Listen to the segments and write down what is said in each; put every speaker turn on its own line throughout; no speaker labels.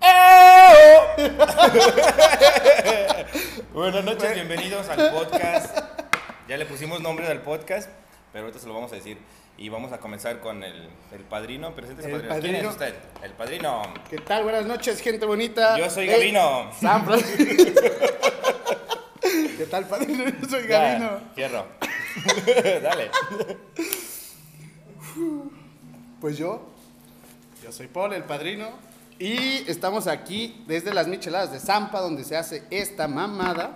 Buenas noches, bienvenidos al podcast. Ya le pusimos nombre al podcast, pero ahorita se lo vamos a decir. Y vamos a comenzar con el, el padrino. Preséntese,
El
padrino. ¿Quién es
padrino. Ah,
usted? El padrino.
¿Qué tal? Buenas noches, gente bonita.
Yo soy
Hey,
Gabino.
San Francisco. ¿Qué tal, padrino? Yo soy Gabino.
Ya, Fierro. Dale.
Pues yo, yo soy Paul, el padrino. Y estamos aquí desde las micheladas de Zampa, donde se hace esta mamada.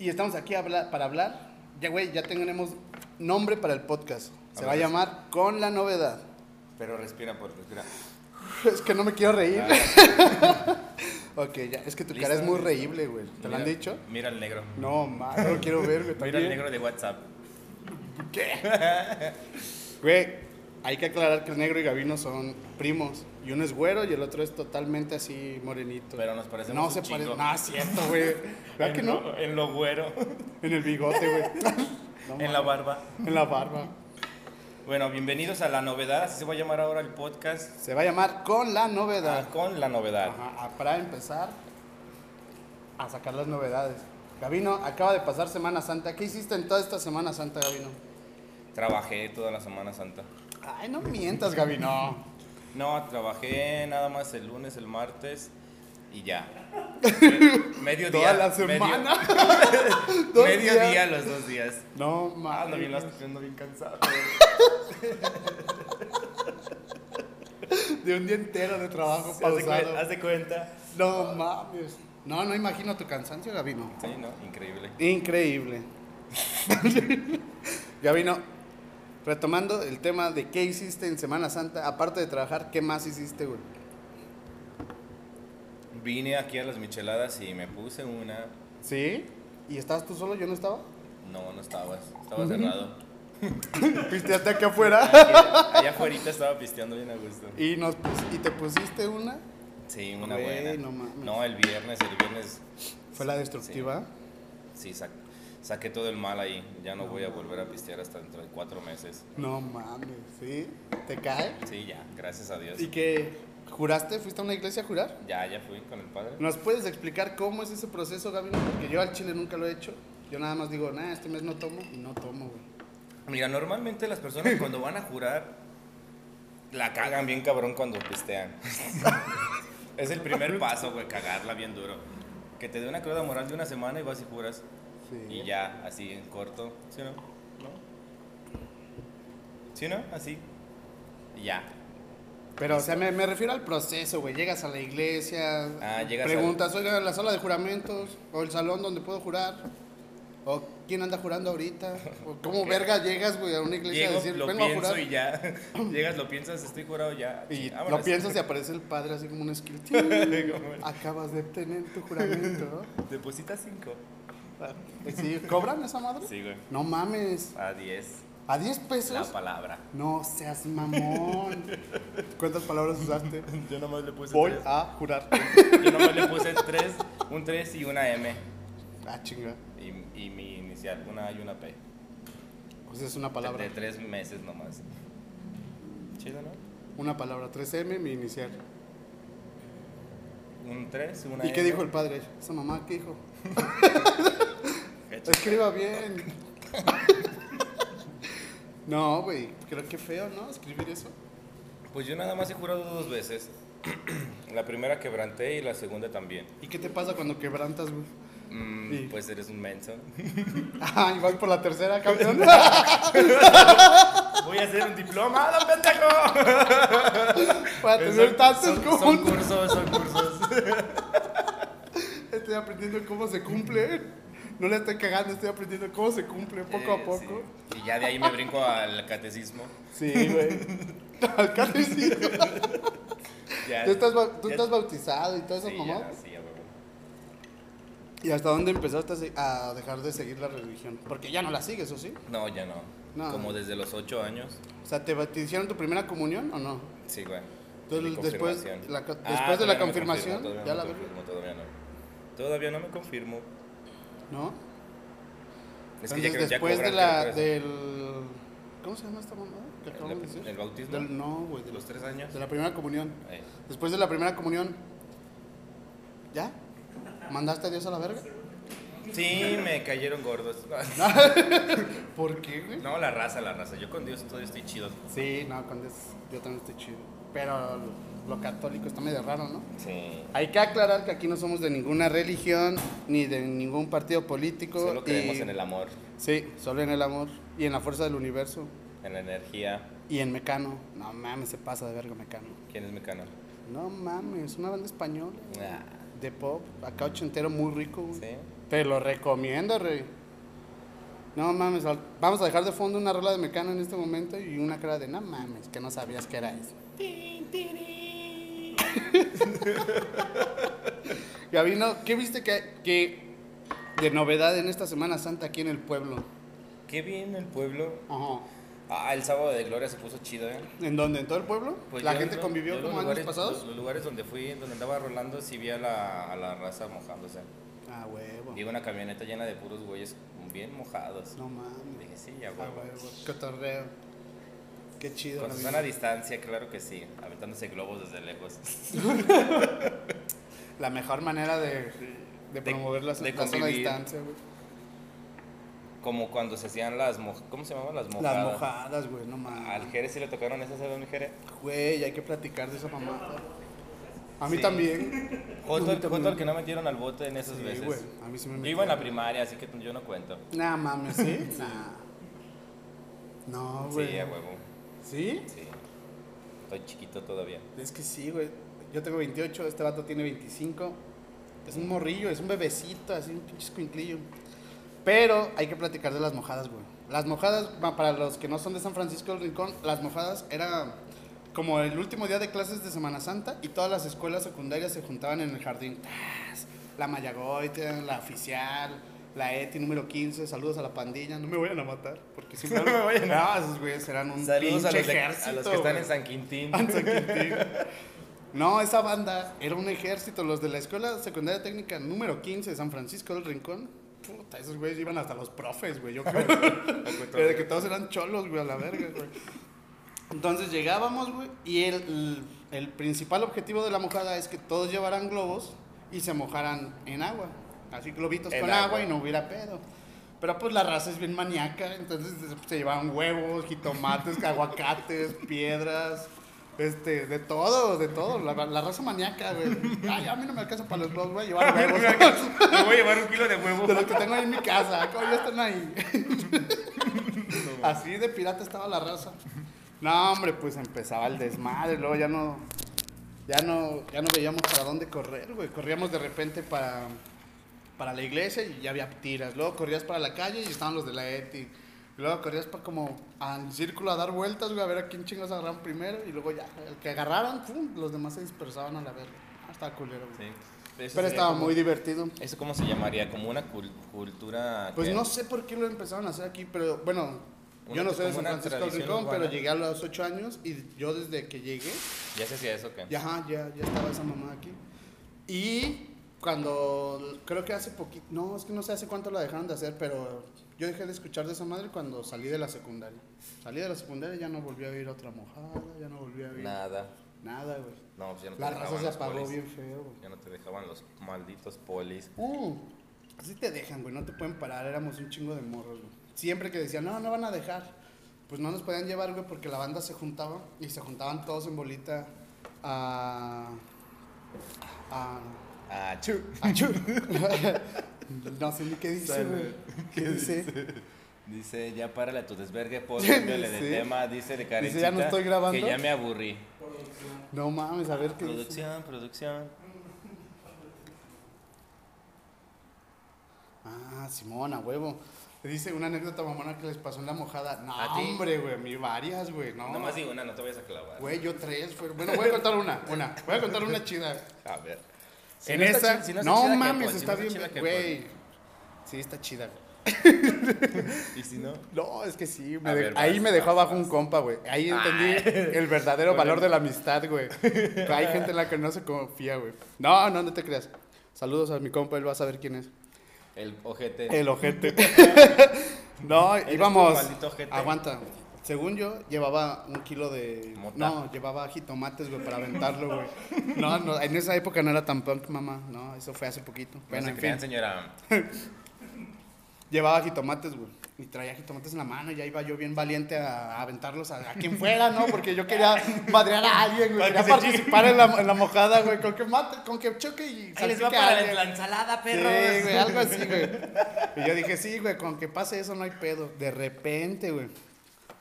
Y estamos aquí habla- para hablar. Ya, güey, ya tenemos nombre para el podcast.
A
Se va a
ver.
llamar Con la Novedad.
Pero respira, por respira.
Es que no me quiero reír.
Ah,
Ok, ya. Es que tu
Listo,
cara es muy
listo.
reíble, güey. ¿Te lo han
mira-
dicho?
Mira al negro.
No, ma, no lo quiero ver, güey.
Mira al
también.
negro de WhatsApp.
Güey, hay que aclarar que el negro y Gabino son primos. Y uno es güero y el otro es totalmente así morenito.
Pero nos parecemos
No
un
se parece.
chingo.
No, es cierto, güey. ¿Verdad que
En
no?
lo- En lo güero.
En el bigote, güey. No,
En la
mames.
barba.
En la barba.
Bueno, bienvenidos a la novedad. Así se va a llamar ahora el podcast. Ah,
Se va a llamar con la novedad.
Con la novedad.
Ajá, ah, para empezar a sacar las novedades. Gabino, acaba de pasar Semana Santa. ¿Qué hiciste en toda esta Semana Santa, Gabino?
Trabajé toda la Semana Santa.
Ay, no mientas, Gabino.
No, trabajé nada más el lunes, el martes y ya. Medio día.
Toda la semana.
Medio,
Dos
medio
días.
día los dos días.
No,
Ah,
mames.
ando bien, lastimado, ando bien cansado.
De un día entero de trabajo
Haz de,
pausado.
cuen- haz de cuenta.
No mames. No, no imagino tu cansancio, Gabino.
Sí, ¿no? Increíble.
Increíble. Gabino, retomando el tema de qué hiciste en Semana Santa, aparte de trabajar, ¿qué más hiciste, güey?
Vine aquí a las micheladas y me puse una.
¿Sí? ¿Y estabas tú solo? ¿Yo no estaba?
No, no estabas. Estaba cerrado.
Fuiste hasta acá afuera
Allá, allá afuera estaba pisteando bien a gusto.
y, nos pus- y te pusiste una.
Sí, una
Güey,
buena.
no mames.
No, el viernes, el viernes
Fue la destructiva.
sí sa- saqué todo el mal ahí. Ya no voy a volver a pistear hasta dentro de cuatro meses.
No mames, ¿sí? ¿Te cae?
Sí, ya, gracias a Dios.
¿Y qué? ¿Juraste? ¿Fuiste a una iglesia a jurar?
Ya, ya fui con el padre.
¿Nos puedes explicar cómo es ese proceso, Gabino? Porque yo al chile nunca lo he hecho. Yo nada más digo, nah, este mes no tomo y no tomo, güey.
Mira, normalmente las personas cuando van a jurar la cagan bien cabrón cuando pistean. es el primer paso, güey, cagarla bien duro. Que te dé una cruda moral de una semana y vas y juras. Y ya, así en corto. ¿Sí o no? ¿No? ¿Sí o no? Así. Y ya.
Pero, o sea, me, me refiero al proceso, güey. Llegas a la iglesia,
Ah, llegas
preguntas, oiga, la sala de juramentos, o el salón donde puedo jurar, o quién anda jurando ahorita, o cómo
Ok.
verga llegas, güey, a una iglesia
Llego,
a decir,
lo
vengo a
pienso
jurar.
y
Y,
ya. Llegas, lo piensas, estoy jurado ya. Chin,
lo
vámonos.
piensas y aparece el padre así como un skill. Acabas de obtener tu juramento.
Deposita 5.
Sí, ¿Cobran esa madre?
Sí, güey.
No mames.
A 10.
¿A 10
La
pesos?
palabra.
No seas mamón. ¿Cuántas palabras usaste?
Yo nomás le puse
Voy a jurar.
tres. Yo nomás le puse tres, un 3 y una M.
Ah, chinga.
Y, y mi inicial, una A y una P.
Pues es una palabra.
De tres meses nomás. Chido, ¿no?
Una palabra. 3M, mi inicial.
Un 3, una
¿Y
M.
qué dijo el padre? Esa mamá, ¿qué dijo?
Qué chido.
Escriba bien. No, güey. Creo que feo, ¿no? Escribir eso.
Pues yo nada más he jurado dos veces. La primera quebranté y la segunda también.
¿Y qué te pasa cuando quebrantas, güey?
Mm,
Sí.
Pues eres un menso.
Ah, y vas por la tercera, campeón.
Voy a hacer un diploma, don pendejo.
Para tener tantos
son,
como.
son cursos, son cursos.
Estoy aprendiendo cómo se cumple. No le estoy cagando, estoy aprendiendo cómo se cumple poco a
Eh,
poco.
sí. Y ya de ahí me brinco al catecismo.
Sí, güey. Al catecismo.
Ya,
Tú estás, bau- tú
ya-
estás bautizado y todo eso,
sí,
mamá.
ya, sí, ya, huevo.
¿Y hasta dónde empezaste a se- a dejar de seguir la religión? Porque ya no la sigues, ¿o sí?
No, ya no.
No.
Como desde los 8 años.
O sea, ¿te, bat- te hicieron tu primera comunión o no?
Sí, güey.
Entonces,
Mi
después-
confirmación.
la co-
Ah,
después de
todavía no
la
me
confirmación,
confirmo, todavía
ya
no
la
me
verga.
confirmo, Todavía no. Todavía no me confirmo.
¿No?
Es
Entonces,
que ya, creo- ya
después de
cobran,
la,
creo que es-
del... ¿Cómo se llama esta mamada? te acabo de
¿El-
decir.
el bautismo?
Del- no, güey.
de los tres años.
De la primera comunión.
Eh,
Después de la primera comunión, ¿ya? ¿Mandaste a Dios a la verga?
Sí, me cayeron gordos.
¿Por qué, güey?
No, la raza, la raza. Yo con Dios todavía estoy chido.
Sí, no, con Dios yo también estoy chido. Pero lo, lo católico está medio raro, ¿no?
Sí.
Hay que aclarar que aquí no somos de ninguna religión ni de ningún partido político.
Solo creemos
y-
en el amor,
Sí, solo en el amor y en la fuerza del universo
en la energía.
y en Mecano. No mames, se pasa de verga Mecano.
¿Quién es Mecano?
No mames, una banda española
Ah,
de pop, acá ochentero muy rico, güey.
sí.
Te lo recomiendo, rey. No mames, al- vamos a dejar de fondo una rola de Mecano en este momento y una cara de no mames, que no sabías que era eso. Gabino, ¿qué viste que, que de novedad en esta Semana Santa aquí en el pueblo?
Qué bien el pueblo.
Ajá.
Ah, el sábado de gloria se puso chido, ¿eh?
¿En dónde? ¿En todo el pueblo?
Pues
¿La
yo
gente
lo-
convivió
yo los
como años
lugares-
pasados?
Los, los lugares donde fui, donde andaba rolando, sí vi a la, a la raza mojándose.
Ah, huevo.
Vi una camioneta llena de puros güeyes bien mojados.
No mames.
Dije, sí, ya,
Ah,
huevo.
huevo. Cotorreo. Qué chido.
Con
Gabino.
su sana distancia, claro que sí. Aventándose globos desde lejos.
La mejor manera de, de promover la,
de
la sana
convivir.
distancia, güey.
Como cuando se hacían las mojadas. ¿Cómo se llamaban las mojadas?
Las mojadas, güey, no mames.
Al Jerez sí le tocaron esas a don Jerez.
Güey, hay que platicar de esa mamada. A mí
Sí.
también.
Joto,
A mí
el-
también.
joto el que no metieron al bote en esas
Sí,
veces.
güey, a mí sí me
Yo iba en la
metieron.
primaria, así que t- yo no cuento.
Nah, mames, ¿sí? Nah. No, Ah, güey.
Sí, a huevo.
¿Sí?
Sí. Estoy chiquito todavía.
Es que sí, güey. Yo tengo 28, este vato tiene 25. Es un morrillo, es un bebecito, así un pinche escuinclillo. Pero hay que platicar de las mojadas, güey. Las mojadas, pa- para los que no son de San Francisco del Rincón, las mojadas era como el último día de clases de Semana Santa y todas las escuelas secundarias se juntaban en el jardín. ¡Tas! La Mayagoite, la oficial, la ETI número 15, saludos a la pandilla. No me vayan a matar, porque si no me vayan a No, esos güeyes eran un
Saludos
pinche
a los, de-
ejército,
a los que están
güey. Ah,
en San Quintín.
San Quintín. No, esa banda era un ejército. Los de la Escuela Secundaria Técnica número 15 de San Francisco del Rincón. Puta, esos güeyes iban hasta los profes, güey. Yo creo. Desde que todos eran cholos, güey, a la verga, güey. Entonces llegábamos, güey, y el, el- el principal objetivo de la mojada es que todos llevaran globos y se mojaran en agua. Así globitos
En
con agua.
agua.
y no hubiera pedo. Pero pues la raza es bien maníaca, entonces se llevaban huevos, jitomates, aguacates, piedras, este, de todo, de todo. La, la raza maníaca, güey. Ay, a mí no me alcanza para los globos, voy a llevar huevos.
Me voy a llevar un kilo de huevo.
De lo que tengo ahí en mi casa, como ya están ahí. Así de pirata estaba la raza. No, hombre, pues empezaba el desmadre, luego ya no ya no ya no veíamos para dónde correr, güey. Corríamos de repente para para la iglesia y ya había tiras. Luego corrías para la calle y estaban los de la ETI. Y luego corrías para como al círculo a dar vueltas, güey, a ver a quién chingos agarraron primero y luego ya el que agarraron, pum, los demás se dispersaban a la verga. Ah, Estaba culero, güey.
Sí. Eso
Pero
sería
estaba
como-
muy divertido.
¿Eso cómo se llamaría? ¿Como una cul- cultura...?
Pues
que-
no sé por qué lo empezaron a hacer aquí, pero bueno, yo
Una-
no soy de
como
San
una
Francisco del
tradición
Rincón,
urbana.
pero llegué a los 8 años y yo desde que llegué,
¿Ya se hacía eso o qué?
ya, ajá, ya, ya estaba esa mamá aquí. Y cuando, creo que hace poquito, no, es que no sé hace cuánto la dejaron de hacer, pero yo dejé de escuchar de esa madre cuando salí de la secundaria. Salí de la secundaria ya no volví a oír otra mojada, ya no volví a oír
Nada.
nada, güey.
No, pues ya no te
La
dejaban
raza se
los
apagó
polis.
bien feo, güey.
Ya no te dejaban los malditos polis.
Uh, así te dejan, güey, no te pueden parar, éramos un chingo de morros, güey. Siempre que decían, no, no van a dejar, pues no nos podían llevar, güey, porque la banda se juntaba y se juntaban todos en bolita a... a...
Ah, chu.
a chu- no sé ni qué dice, güey. ¿Qué dice?
Dice, ya párale a tu desvergue, Paul,
Sí.
cámbiale de tema, dice de Karen.
Dice, "Ya no estoy grabando".
Que ya me aburrí.
No mames, a ver qué dice.
Producción, producción.
Ah, Simona, huevo. Dice una anécdota mamona que les pasó en la mojada. No,
¿A ti?
hombre, güey, a mí varias, güey, no.
Nomás digo una, no te vayas a clavar.
Güey, yo tres, fue- bueno, voy a contar una, una, voy a contar una chida.
A ver.
en esa, no, mames, está bien, güey. Sí, está chida, güey.
Y si no,
No, es que sí, me
A
de-
ver,
ahí
vas,
me dejó
vas,
abajo
vas. Ah.
un compa, güey. Ahí entendí el verdadero valor de la amistad, güey. Hay gente en la que no se confía, güey. No, no, no te creas. Saludos a mi compa, él va a saber quién es.
el ojete.
El ojete. no, íbamos.
un maldito ojete.
Aguanta. Según yo, llevaba un kilo de.
Mota.
No, llevaba jitomates, güey, para aventarlo, güey. No, no, en esa época no era tan punk, mamá. No, eso fue hace poquito.
No
Bueno,
se
en
crean,
fin.
señora.
Llevaba jitomates, güey. Y traía jitomates en la mano, y ya iba yo bien valiente a, a aventarlos a, a quien fuera, ¿no? Porque yo quería madrear a alguien, güey.
Para que
Quería
se chingue.
participar en la, en la mojada, güey. Con que mate, con que choque y
Ahí les
salpique a
va para
alguien.
la, la ensalada,
Pues Sí,
perros.
güey, algo así, güey. Y yo dije, sí, güey, con que pase eso no hay pedo. De repente, güey.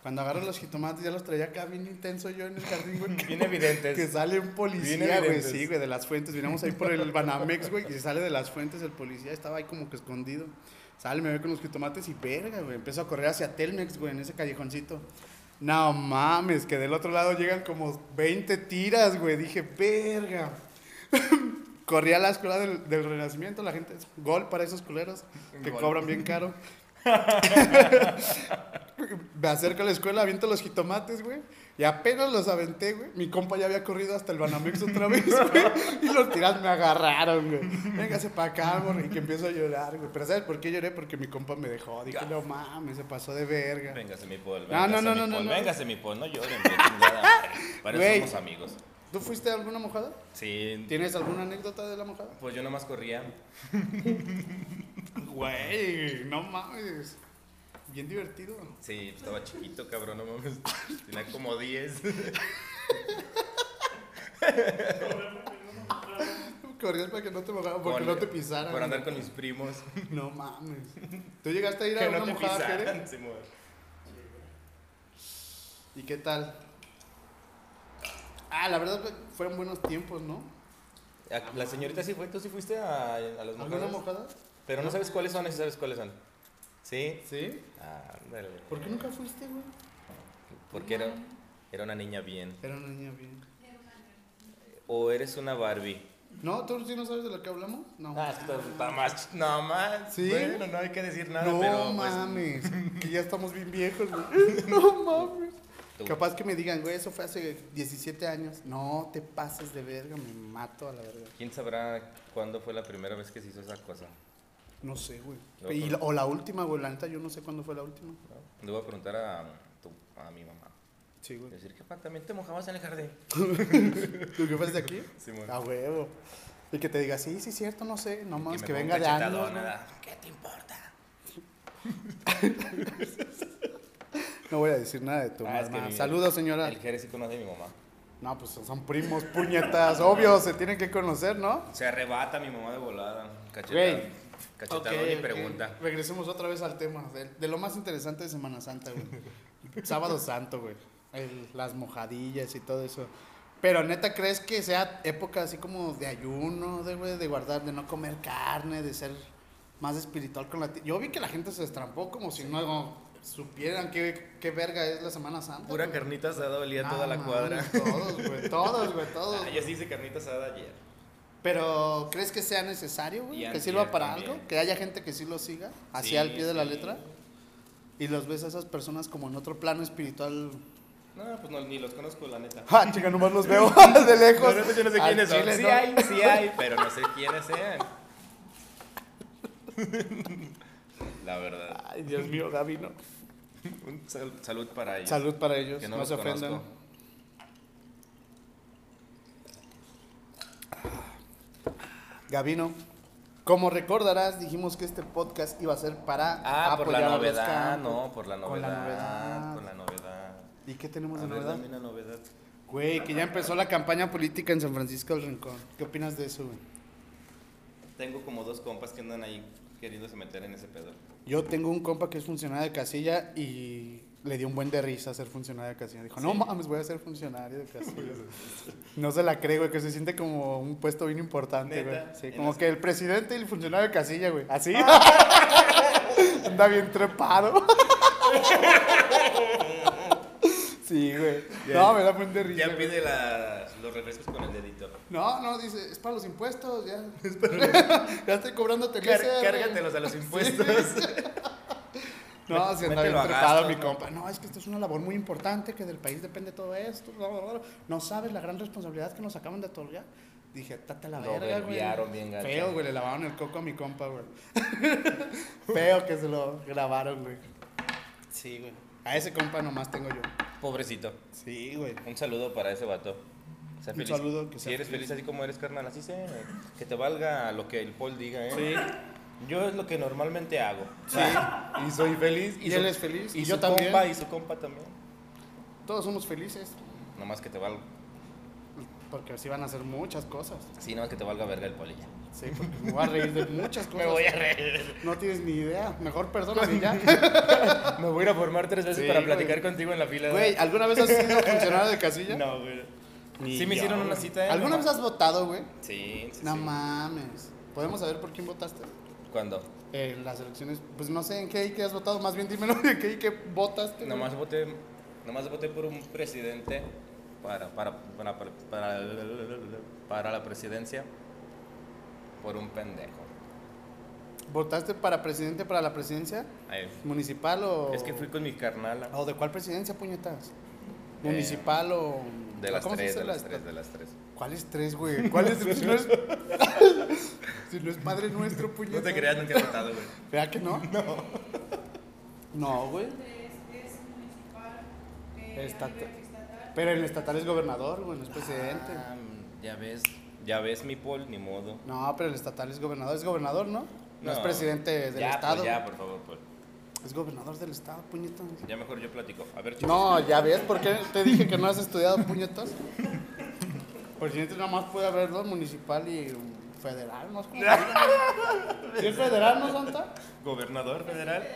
Cuando agarro los jitomates, ya los traía acá bien intenso yo en el jardín, güey.
Bien evidentes.
Que sale un
Bien
policía, güey,
evidentes.
sí, güey, de las fuentes. Vinimos ahí por el Banamex, güey, y se sale de las fuentes el policía. Estaba ahí como que escondido. Sale, me ve con los jitomates y verga, güey. Empiezo a correr hacia Telmex, güey, en ese callejoncito. No mames, que del otro lado llegan como 20 tiras, güey. Dije, verga. Corrí a la escuela del, del Renacimiento, la gente es gol para esos culeros que
Gol.
cobran bien caro. Me acerco a la escuela, aviento los jitomates, güey. Y apenas los aventé, güey. Mi compa ya había corrido hasta el Banamex otra vez, güey. Y los tiras me agarraron, güey. Véngase para acá, güey. Y que empiezo a llorar, güey. Pero ¿sabes por qué lloré? Porque mi compa me dejó. Dije, no mames, se pasó de verga.
Véngase mi pol,
No,
véngase
no, no,
mi
no,
pol,
no, no.
véngase mi pol, no lloren, de chingada madre. Para eso
Güey.
somos amigos.
¿Tú fuiste a alguna mojada?
Sí,
¿Tienes alguna anécdota de la mojada?
pues yo nomás corría.
Güey, no mames. Bien divertido.
Sí, estaba chiquito, cabrón, no mames. Tenía como 10.
Corrías para que no te mojaran, porque
Por-
no te pisaran.
Por andar con mis primos.
No mames. ¿Tú llegaste a ir a
Que
una
no te
mojada, Jere?
pisaran, Simón.
¿Y qué tal? Ah, la verdad fueron buenos tiempos, ¿no?
A- La señorita sí fue, tú sí fuiste a, a las
¿Alguna
mojadas.
mojada?
Pero no sabes cuáles son, sí sabes cuáles son. ¿Sí?
¿Sí?
Ándale.
¿Por qué nunca fuiste, güey?
Porque era, era una niña bien.
Era una niña bien.
O eres una Barbie.
¿No? ¿Tú sí no sabes de lo que hablamos? No.
Ah, está, está más. No más.
Sí.
Bueno, no hay que decir nada,
no
pero. pues,
mames. que ya estamos bien viejos, güey. no mames.
tú.
Capaz que me digan, güey, eso fue hace 17 años. No te pases de verga, me mato a la verga.
¿Quién sabrá cuándo fue la primera vez que se hizo esa cosa?
No sé, güey.
No,
Y
pero-
la- o la última, güey, la neta, yo no sé cuándo fue la última.
¿no? Le voy a preguntar a, tu- a mi mamá.
Sí, güey.
Decir que "Pa, también te mojabas en el jardín.
¿Tú qué de aquí?
Simón.
A huevo. Y que te diga, sí, sí, cierto, no sé, no
Y
mames,
me
que
ponga
venga de años.
cachetadón,
güey.
¿verdad? ¿Qué te importa?
No voy a decir nada de tu
Ah, es que
mamá.
mi-
Saludos, señora.
El Jerez sí conoce a mi mamá.
No, pues son primos, puñetas, obvio, se tienen que conocer, ¿no?
Se arrebata mi mamá de volada.
Güey.
Cachetado. Cachetadón
Ok,
y
ok.
pregunta.
Regresemos otra vez al tema de, de lo más interesante de Semana Santa, güey. Sábado Santo, güey. El- las mojadillas y todo eso. Pero neta, ¿crees que sea época así como de ayuno, de, güey, de guardar, de no comer carne, de ser más espiritual con la... ti- Yo vi que la gente se estrampó como si no supieran qué, qué verga es la Semana Santa.
Pura
güey.
carnita asada olía
No,
toda la
mames,
cuadra.
Todos, güey, todos, güey, todos.
Ah, yo sí hice carnita asada ayer.
Pero, ¿crees que sea necesario, güey?
Y
¿Que
antier
sirva para
también.
algo? ¿Que haya gente que sí lo siga? ¿Así
Sí,
al pie de la
sí.
letra? Y los ves a esas personas como en otro plano espiritual.
No, pues no, ni los conozco, la neta.
¡Ja, chica, Ah, nomás los veo de lejos!
No, no, yo no sé
Al
quiénes son.
chile,
Sí
¿no?
hay, sí hay, pero no sé quiénes sean. La verdad.
Ay, Dios mío, Gaby, ¿no?
Un sal- salud para ellos.
Salud para ellos,
Que
no,
no, los
se ofendan.
conozco.
Gabino, como recordarás, dijimos que este podcast iba a ser para
Ah, por la
apoyar a los
novedad,
campos.
no, por la
Con la
novedad.
novedad.
Por la novedad.
¿Y qué tenemos
A
de
ver,
novedad?
dame una novedad.
Güey, que ya empezó la campaña política en San Francisco del Rincón. ¿Qué opinas de eso, güey?
Tengo como dos compas que andan ahí queriéndose meter en ese pedo.
Yo tengo un compa que es funcionario de casilla y le dio un buen de risa ser funcionario de casilla. Dijo, no mames, voy a ser funcionario de casilla. no se la cree, güey, que se siente como un puesto bien importante, güey.
¿Neta?
Sí,
En
como
la-
que el presidente y el funcionario de casilla, güey. Así.
Ah.
Anda bien trepado. sí, güey. No, me da buen de risa.
Ya
güey.
pide la- los refrescos con el dedito.
No, no, dice, es para los impuestos, ya. ya estoy cobrándote el
Car-
ISR.
cárgatelos a los impuestos.
No, si anda bien
Mételo a gastos,
trepado mi
¿no?
compa. No, es que esto es una labor muy importante, que del país depende todo esto. bla, bla, bla. No sabes la gran responsabilidad que nos acaban de otorgar. Dije, tate la
Lo
verga, güey.
verbiaron bien gacho.
Feo, güey, le lavaron el coco a mi compa, güey. Feo que se lo grabaron, güey. Sí, güey. A ese compa nomás tengo yo.
Pobrecito.
Sí, güey.
Un saludo para ese vato. Sé
Un saludo, que
si
sea
eres feliz.
feliz.
así como eres, carnal, así sé. Que te valga lo que el Paul diga, ¿eh?
Sí.
Yo es lo que normalmente hago.
Sí.
Y soy feliz.
Y
su-
él es feliz,
Y
y
su
yo también.
compa, y su compa también.
Todos somos felices.
Nomás que te valga.
Porque así van a hacer muchas cosas.
Sí, nomás que te valga verga el polilla.
Sí, porque me voy a reír de muchas cosas.
reír.
No tienes ni idea. Mejor perdóname ya.
Me voy a ir a formar tres veces
Sí,
para
güey.
platicar contigo en la fila. de-
Güey, ¿alguna vez has sido funcionario de casilla?
No, güey.
Ni
Sí me
yo,
hicieron una
güey.
cita, ¿eh?
¿Alguna
No
vez has votado, güey?
Sí, sí.
No
sí.
mames. ¿Podemos saber por quién votaste?
¿Cuándo?
En las elecciones, pues no sé en qué y qué has votado, más bien dímelo de qué y qué votaste. güey.
Nomás voté, nomás voté por un presidente para, para, para, para, para, para la presidencia por un pendejo.
¿Votaste para presidente para la presidencia
Ay,
municipal o
Es que fui con mi carnala.
o de cuál presidencia, puñetas?
Eh,
Municipal o
De las
¿cómo se
tres,
dice
de
la
las
esta-
tres, de las tres.
¿Cuáles tres, güey? ¿Cuáles si no es si no es padre nuestro, puñetas?
No te creas, nunca he votado, güey.
¿Verdad que no? No. No, güey.
es municipal, eh,
Estata- Pero el estatal es gobernador, güey, no es presidente.
Ah, ya ves, ya ves mi Paul, ni modo.
No, pero el estatal es gobernador, es gobernador, ¿no? No, es
No.
presidente del
Ya, pues,
estado.
ya, por favor, Paul.
Es gobernador del estado, puñetas.
Ya mejor yo platico. A ver, chicos.
No, ya ves, ¿por qué te dije que no has estudiado puñetas? Presidente nada más puede haber dos, municipal y um, federal, ¿no? Es como- ¿Sí es federal, no, Santa?
Gobernador federal.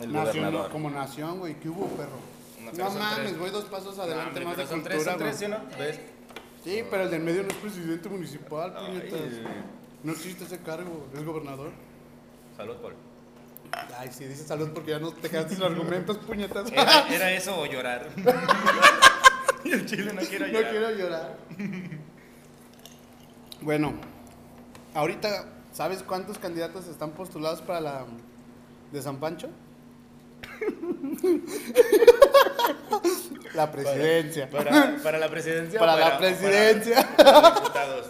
El
Nación,
gobernador.
como nación, güey, ¿qué hubo, perro?
No,
No,
pero son
mames,
tres.
voy dos pasos
No,
adelante
hombre,
más de
pero son
cultura,
tres, son tres,
güey.
¿sí o no? ¿Ves?
Sí, pero el del medio no es presidente municipal,
Ay,
puñetas. No existe ese cargo, es gobernador.
Salud, Paul.
Ay, si dices salud porque ya no te quedaste sin argumentos, puñetas. no
¿Era, era eso o llorar? Y el chile no quiero llorar.
quiero llorar. Bueno, ahorita, ¿sabes cuántos candidatos están postulados para la de San Pancho? la presidencia.
Para, para la presidencia. o
Para la presidencia.
Para, los diputados.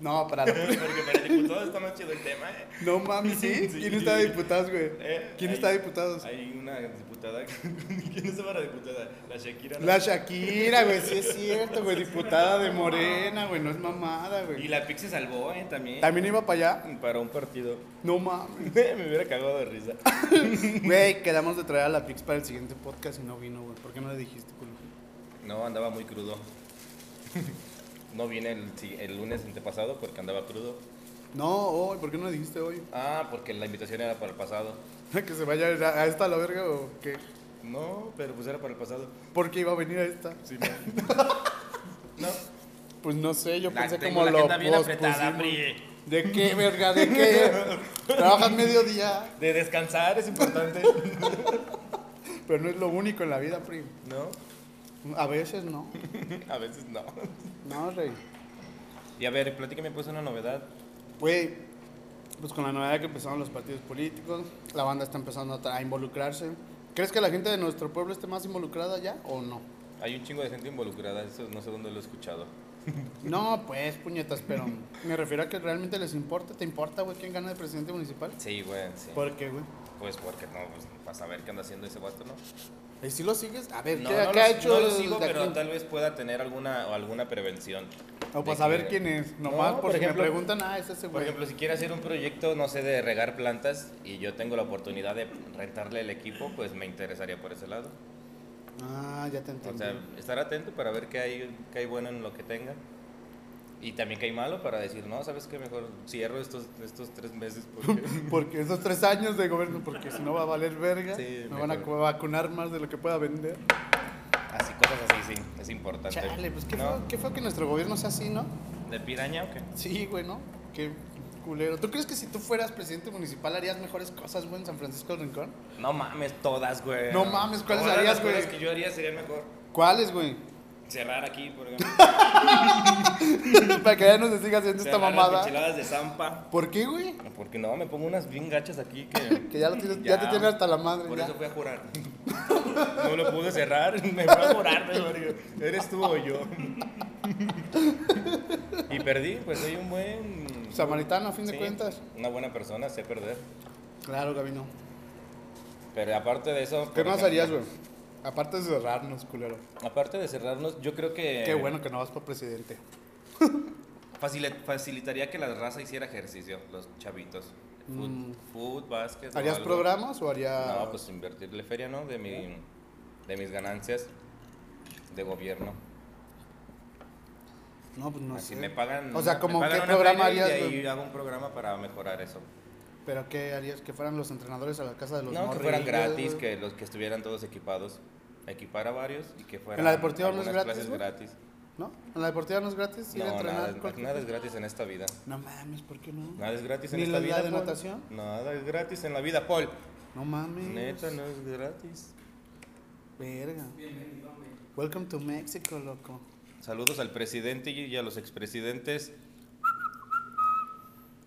No, para la...
Porque para diputados está más chido el tema, ¿eh?
No mames, ¿sí?
Sí.
¿Quién está de diputados, güey?
Eh,
¿Quién
hay-
está de diputados?
Hay una diputada. que- ¿Quién es para diputada? La Shakira. ¿no?
La Shakira, güey, sí es cierto, güey, diputada de Morena, güey, no es mamada,
Y
güey.
la Pixie salvó, ¿eh? También.
También iba para allá.
Para un partido.
No mames.
Me hubiera cagado de risa.
Güey, quedamos de traer a la Pix para el siguiente podcast y no vino, güey. ¿Por qué no le dijiste, culo?
No, andaba muy crudo. No vine el, sí, el lunes antepasado porque andaba crudo.
No, hoy, ¿por qué no le dijiste hoy?
Ah, porque la invitación era para el pasado.
Que se vaya a a esta a la verga o qué.
No, pero pues era para el pasado.
¿Por qué iba a venir a esta?
No.
Pues no sé, yo
La-
pensé
tengo
como
la
lo
agenda bien apretada,
pospusimos.
Pri.
¿De qué, verga? ¿De qué? Trabajas mediodía,
De descansar es importante.
pero no es lo único en la vida, Pri.
No,
A veces no.
a veces no.
No, rey.
Y a ver, platícame pues una novedad.
Güey, pues con la novedad que empezaron los partidos políticos, la banda está empezando a, tra- a involucrarse. ¿Crees que la gente de nuestro pueblo esté más involucrada ya o no?
Hay un chingo de gente involucrada, eso no sé dónde lo he escuchado.
No, pues, puñetas, pero me refiero a que realmente les importa. ¿Te importa, güey, quién gana de presidente municipal?
Sí, güey, sí.
¿Por qué, güey?
Pues porque no, pues para saber qué anda haciendo ese vato, ¿no?
¿Y si lo sigues? A ver,
No,
¿qué,
no
qué
lo,
ha hecho?
no lo
el
sigo,
de
pero
aquí?
tal vez pueda tener alguna, o alguna prevención.
O para
de
saber
que-
quién es,
No,
nomás,
por
por, si
ejemplo-
me preguntan, ah, es ese
Por
güey.
ejemplo, si quiere hacer un proyecto, no sé, de regar plantas y yo tengo la oportunidad de rentarle el equipo, pues me interesaría por ese lado.
Ah, ya te
O
entendí.
sea, estar atento para ver qué hay, qué hay bueno en lo que tenga. Y también qué hay malo para decir, no, ¿sabes qué? Mejor cierro estos, estos tres meses porque...
Porque esos tres años de gobierno, porque si no va a valer verga,
Sí,
me van a
mejor.
co- vacunar más de lo que pueda vender.
Así, cosas así, sí, es importante.
Chale, pues qué,
¿No?
feo, qué feo que nuestro gobierno sea así, ¿no?
¿De piraña o qué?
Sí, güey, ¿no? Qué culero. ¿Tú crees que si tú fueras presidente municipal harías mejores cosas, güey, en San Francisco del Rincón?
No mames, todas, güey.
No mames, ¿cuáles
Todas
harías,
las cosas
güey?
que yo haría sería mejor
¿Cuáles, güey?
cerrar aquí, por ejemplo.
Para que ya no se siga haciendo esta
cerrar las
mamada.
enchiladas de zampa.
¿Por qué, güey?
Porque no, me pongo unas bien gachas aquí que...
Que ya, lo tienes- ya te tiene hasta la madre.
Por
ya.
eso fui a jurar. No lo pude cerrar, me fue a jurar, me dolió. Eres tú o yo. Y perdí, pues soy un buen.
Samaritano, a Pues, fin de
Sí,
cuentas.
Una buena persona, sé perder.
Claro, Gabino.
Pero aparte de eso.
¿Qué
por
más
ejemplo,
harías, güey? Aparte de cerrarnos, culero.
Aparte de cerrarnos, yo creo que.
Qué bueno que no vas por presidente.
facili- facilitaría que la raza hiciera ejercicio, los chavitos. Food,
Mm.
food, básquet. o
¿Harías
algo.
programas o harías.?
No, pues invertirle feria, ¿no? De, mi, de mis ganancias de gobierno.
No, pues no
Así
sé.
me pagan.
O sea,
me
¿cómo
pagan
qué
una
programa
feria
harías,
Y de
güey?
ahí hago un programa para mejorar eso.
¿Pero qué harías? ¿Que fueran los entrenadores a la casa de los
no, que
morrillos,
fueran gratis,
güey?
que los que estuvieran todos equipados. Equipar a varios y que fueran.
la deportiva no es
algunas
gratis,
clases
güey?
gratis.
¿No? ¿En la deportiva no es gratis ir a
No,
entrenar?
nada, es-
cualquier-
nada es gratis en esta vida.
No mames, ¿por qué no?
Nada es gratis en
¿Ni
esta
la
vida.
de
Paul.
natación? Pues,
Nada es gratis en la vida, Paul.
No mames.
Neta, no es gratis.
Verga. Welcome to Mexico, loco.
Saludos al presidente y a los expresidentes.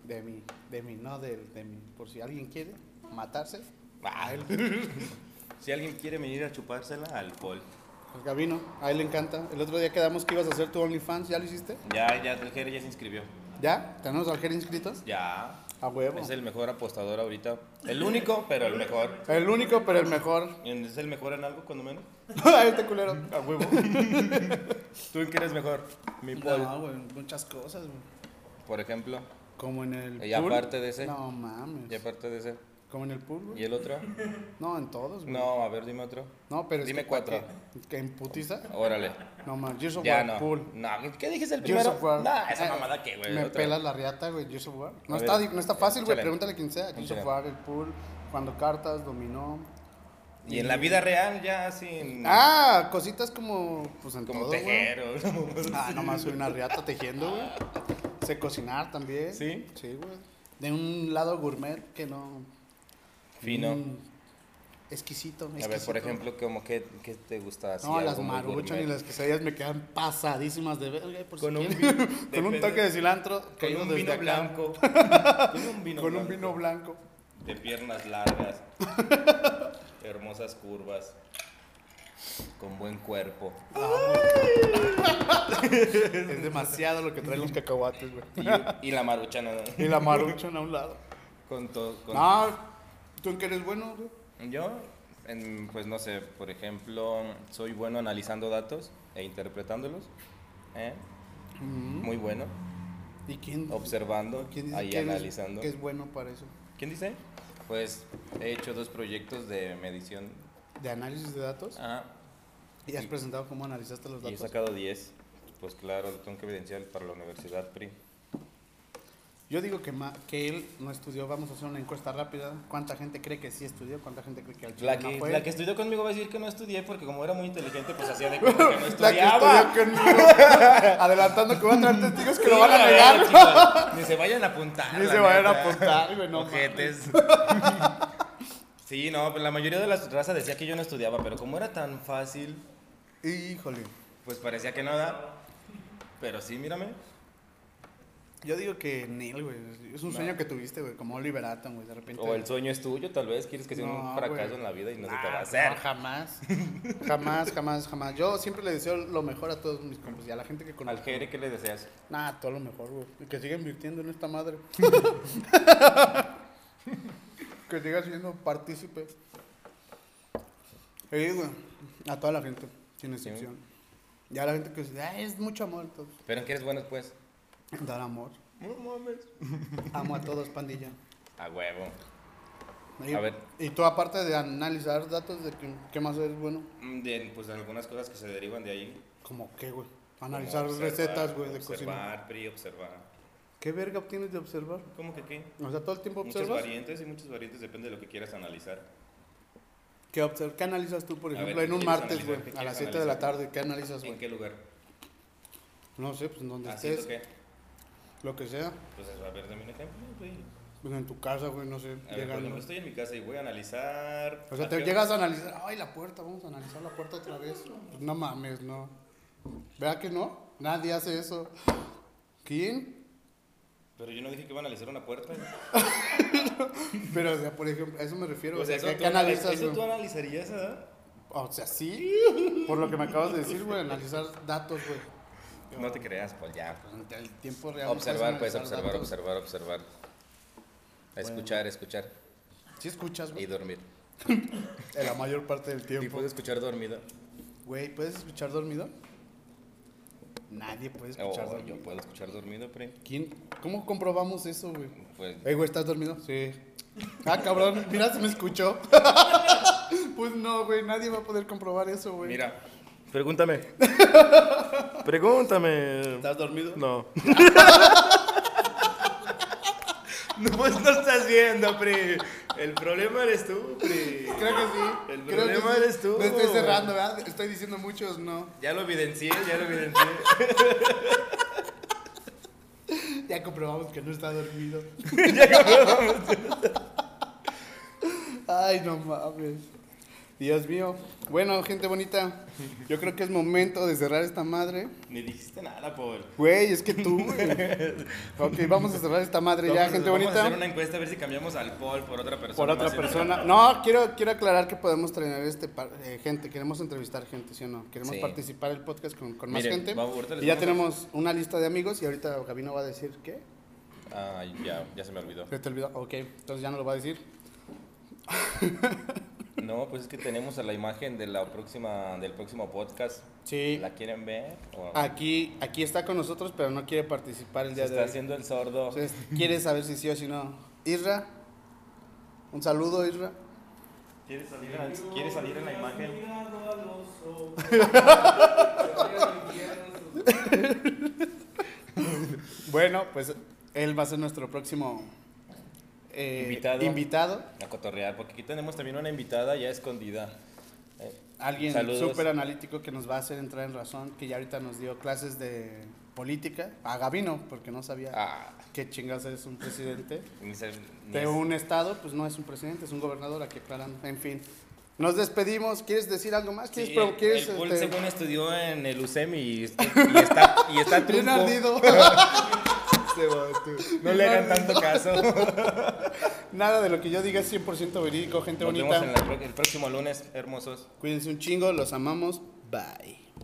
De mí, de mí, no del, de mí. Por si alguien quiere matarse,
Ah, si alguien quiere venir a chupársela, al Paul.
el Gabino, a él le encanta. El otro día quedamos que ibas a hacer tu OnlyFans, ¿ya lo hiciste?
Ya, ya, el Jere ya se inscribió.
¿Ya? ¿Tenemos al Jerry inscritos?
Ya.
A huevo.
Es
El...
el mejor apostador ahorita. El único, pero el mejor.
único, pero el mejor.
¿Es el mejor en algo, cuando menos?
Ay, este culero.
A huevo. ¿Tú en qué eres mejor? Mi Paul.
No, güey, muchas cosas, güey.
Por ejemplo.
Como en el
Y
pool.
aparte de ese.
No
Y
mames.
aparte de ese.
Como en el pool,
¿Y
güey.
el otro?
No, en todos, güey.
No, a ver, dime otro.
No, pero es
Dime
que-
cuatro.
Que, que en putiza.
Órale.
No mames, Gears of
Ya
War
no.
pool.
No, ¿qué dijiste el
Gears
primero?
of War.
Nah,
Eh,
esa mamada que, güey.
Me
otra vez.
pelas la riata, güey, Gears of War. No
A
está,
ver,
no está fácil, güey,
échale.
pregúntale a quien sea. Gears of
Échale.
War, el pool, cuando cartas, dominó.
Y en la vida real ya sin.
Ah, cositas como, pues en
como
todo, güey.
tejero.
Ah, nomás soy una riata tejiendo, güey. Sé cocinar también.
¿Sí?
Sí, güey. De un lado gourmet que no...
Fino.
Mm, exquisito,
A ver, por
exquisito.
ejemplo, como que, que te gusta así.
No, las
algo muy
maruchan y
gourmet.
las quesadillas me quedan pasadísimas de verga. por si
Con un
quieren.
vino-
con un
depende-
toque de cilantro
Con
caído
un
desde
vino
acá.
blanco. Con un vino
Con
blanco.
un vino blanco.
De piernas largas. hermosas curvas. Con buen cuerpo.
Es demasiado lo que traen los cacahuates, güey.
Y, y la maruchana. ¿no?
Y la maruchan a un lado.
Con todo. Con...
No, tú en que eres bueno, güey.
Yo, en, pues no sé, por ejemplo, soy bueno analizando datos e interpretándolos. ¿eh? Muy bueno.
¿Y quién?
Observando
¿Quién dice
ahí
que eres-
analizando.
que es bueno para eso?
¿Quién dice? Pues he hecho dos proyectos de medición.
De análisis de datos.
Ah,
Y has
y-
presentado cómo analizaste los
y he
datos.
sacado 10. Pues claro, lo tengo que evidenciar para la universidad PRI.
Yo digo que, ma- que él no estudió. Vamos a hacer una encuesta rápida. ¿Cuánta gente cree que sí estudió? ¿Cuánta gente cree que al chile
La
no
que,
fue?
la que estudió conmigo va a decir que no estudié porque como era muy inteligente, pues hacía de cuenta que no
La que
estudiaba.
estudió conmigo. Adelantando que van a traer testigos que lo van a negar.
chicos. Ni se vayan a apuntar.
Ni
la
se vayan a
neta.
apuntar, güey, no
Ojetes. Sí, no, pues la mayoría de las razas decía que yo no estudiaba, pero como era tan fácil,
Híjole.
pues parecía que nada. Pero sí, mírame.
Yo digo que Neil, güey. Es un sueño que tuviste, güey. Como Oliver Atom, güey. De repente.
O el sueño es tuyo, tal vez quieres que sea
No,
un fracaso
güey.
en la vida y no se te
Ah,
va a hacer.
no, jamás. jamás, jamás, jamás. Yo siempre le deseo lo mejor a todos mis compas y a la gente que
Al
conozco.
Jere, ¿qué le deseas?
Nah, todo lo mejor, güey. Y Que siga invirtiendo en esta madre. que siga siendo partícipe. Sí, güey. A toda la gente, sin excepción. Y a la gente que dice, ah, es mucho amor. entonces,
Pero en qué eres bueno, pues.
Dar amor.
No mames.
Amo a todos, pandilla.
A huevo.
Y,
A ver.
Y tú, aparte de analizar datos, de que- qué más eres bueno?
Mm, de, pues algunas cosas que se derivan de ahí.
Como qué, güey.
como
Analizar
observar,
recetas, güey, de cocina.
Observar, PRI, observar.
¿Qué verga obtienes de observar?
¿Cómo que qué?
O sea, todo el tiempo
Muchas
observas.
variantes y muchas variantes depende de lo que quieras analizar.
¿Qué, obser- qué analizas tú, por
A ver,
ejemplo,
¿qué
en un
quieres
martes,
analizar?
güey?
¿Qué
A las
quieres
7 de la
analizar?
tarde, ¿qué analizas,
¿En
Pues, güey?
qué lugar?
No sé, pues en donde
Así
estés,
o qué?
lo que sea.
Pues a ver, dame un ejemplo, güey.
Pues en tu casa, güey, no sé.
A ver, por
llegando.
ejemplo, estoy en mi casa y voy a analizar.
o sea,
¿A
te
qué-
llegas a analizar, ay, la puerta, vamos a analizar la puerta otra vez. Pues no mames, no. ¿Verdad que no? Nadie hace eso. ¿Quién?
Pero yo no dije que iba a analizar una puerta.
Pero, o sea, por ejemplo, a eso me refiero.
O sea,
¿qué,
eso, tú,
qué analizas,
analiz- eso
güey?
tú analizarías, ¿ah? ¿verdad?
O sea, sí. Por lo que me acabas de decir, güey, analizar datos, güey.
No te creas, pues ya.
Pues, ante el tiempo real. no
Observar, pues,
puedes analizar
observar,
datos.
observar, observar. Escuchar, escuchar
Sí escuchas,
y
güey.
dormir.
En la mayor parte del
Y
tiempo.
pude escuchar dormida.
Güey, ¿puedes escuchar dormido? Nadie puede escuchar
Oh,
dormido.
yo puedo escuchar dormido, pero
¿Quién? ¿Cómo comprobamos eso, güey?
Pues,
Eh, güey, ¿estás dormido? Sí. Ah, cabrón, mira, se me escuchó. pues no, güey, nadie va a poder comprobar eso, güey.
mira,
Pregúntame. Pregúntame.
¿Estás dormido?
No.
No, pues no estás viendo, Pri. El problema eres tú, Pri.
Creo que sí.
El
creo que
problema
sí.
eres tú.
Me estoy cerrando, ¿verdad? Estoy diciendo muchos no.
Ya lo evidencié, ya lo evidencié.
Ya comprobamos que no está dormido. Ay, no mames. Dios mío. Bueno, gente bonita, yo creo que es momento de cerrar esta madre.
Ni dijiste nada, Paul.
Güey, es que tú. güey. ok, vamos a cerrar esta madre ya,
Vamos a-
gente
Vamos a
bonita.
hacer una encuesta a ver si cambiamos alcohol por otra persona.
Por otra
más
persona. No, quiero, quiero aclarar que podemos traer este par- eh, gente. Queremos entrevistar gente, ¿sí o no? Queremos
Sí.
participar en el podcast con, con más
Miren,
gente.
vamos- ahorita les
y ya
vamos a-
tenemos una lista de amigos y ahorita Gabino va a decir qué.
Ah, ya, ya se me olvidó.
Se te olvidó. Ok, entonces ya no lo va a decir.
No, pues es que tenemos a la imagen de la próxima, del próximo podcast.
Sí. Ah,
¿La quieren ver? ¿O
Aquí, aquí está con nosotros, pero no quiere participar el
se
día de
está
hoy.
haciendo el sordo.
Entonces, quiere saber si sí o si no. Isra, un saludo, Isra.
¿Quieres salir, ¿Quieres salir en la imagen?
Cuidado al oso.
Bueno, pues él va a ser nuestro próximo eh,
Invitado.
invitado.
A cotorrear, porque aquí tenemos también una invitada ya escondida. Eh,
Alguien
Saludos.
súper analítico que nos va a hacer entrar en razón, que ya ahorita nos dio clases de política. A Gabino, porque no sabía
ah,
qué chingas es un presidente.
ni se- ni
De
es-
un estado, pues no es un presidente, es un gobernador, aquí aclaran. En fin, nos despedimos. ¿Quieres decir algo más? ¿Quieres,
Sí,
pro-
el-
quieres,
el Paul
este,
según estudió en el UCEM y, y está, y está
Bien
trunco.
ardido.
No le hagan tanto caso.
Nada de lo que yo diga es 100% verídico, gente
Nos vemos
bonita.
en la pro- el próximo lunes, hermosos.
Cuídense un chingo, los amamos. Bye.